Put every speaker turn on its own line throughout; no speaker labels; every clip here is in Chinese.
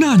大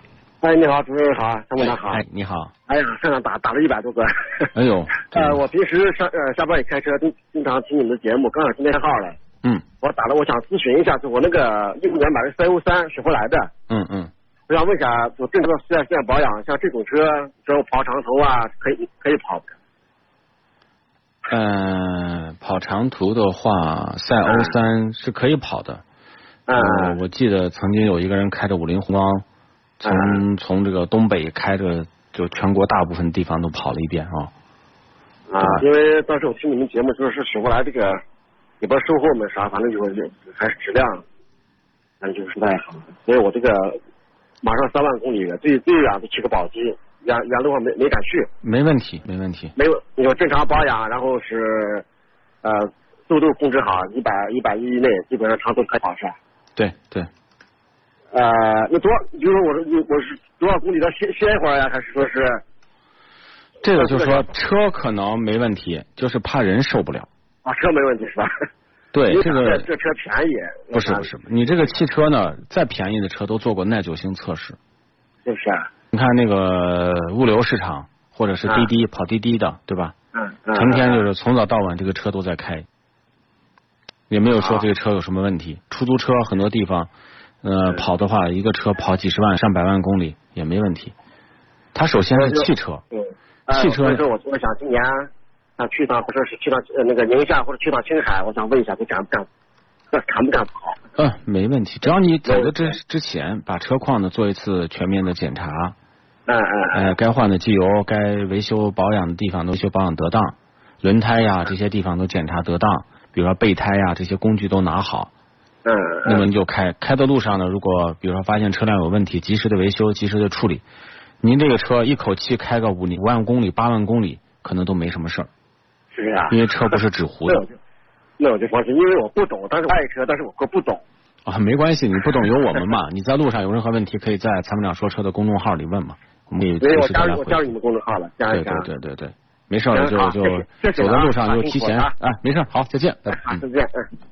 哎，你好，主持人好，参谋长好。
哎，你好。
哎呀，上场打打了一百多 个。
哎呦。
呃，我平时上呃下班也开车，经经常听你们的节目，刚好今天号了。
嗯。
我打了，我想咨询一下，就我那个一五年买的三 O 三雪佛兰的。
嗯嗯。
我想问一下，我正常四 S 店保养，像这种车，只要跑长途啊，可以可以跑不？
呃，跑长途的话，赛欧三是可以跑的。
嗯、
呃。我记得曾经有一个人开着五菱宏光。从从这个东北开着，就全国大部分地方都跑了一遍啊。
啊，因为当时我听你们节目，就是雪佛兰这个也不知道售后没啥，反正就是还是质量，反正就是哎不太好。所以我这个马上三万公里，最最远啊就去个宝鸡，原原路我没没敢去。
没问题，没问题。
没有，有正常保养，然后是呃速度控制好，一百一百一以内，基本上长途可以跑是吧？
对对。
呃，那多，比如说我是我是多少公里的歇歇一会儿呀、啊，还是说是？
这个就是说车可能没问题，就是怕人受不了。
啊，车没问题是吧？
对，这个
这车便宜。
不是不是，你这个汽车呢，再便宜的车都做过耐久性测试。
就是、啊。
你看那个物流市场，或者是滴滴、啊、跑滴滴的，对吧？
嗯嗯。
成天就是从早到晚这个车都在开，也没有说这个车有什么问题。出租车很多地方。呃，跑的话，一个车跑几十万、上百万公里也没问题。它首先是汽车，
嗯，
汽车。
所以说，我我想今年想去趟，或者是去趟呃那个宁夏，或者去趟青海，我想问一下，你敢不敢，敢不敢跑？
嗯，没问题，只要你走的之之前，把车况呢做一次全面的检查。
嗯嗯。
呃，该换的机油、该维修保养的地方都维修保养得当，轮胎呀这些地方都检查得当，比如说备胎呀这些工具都拿好。
嗯，
啊那么你就开开到路上呢，如果比如说发现车辆有问题，及时的维修，及时的处理。您这个车一口气开个五五万公里、八万公里，可能都没什么事儿。
是啊。
因为车不是纸糊
嗯
的。
那我就放心，因为我不懂，但是我爱车，但是我不懂。
啊，没关系，你不懂有我们嘛。你在路上有任何问题，可以在参谋长说车的公众号里问嘛。我们也
对，我加入我加入你们公众号了，加
一加。对对对对对，没事了就就走在路上就提前哎，没事，好，再见。
好，再见，嗯。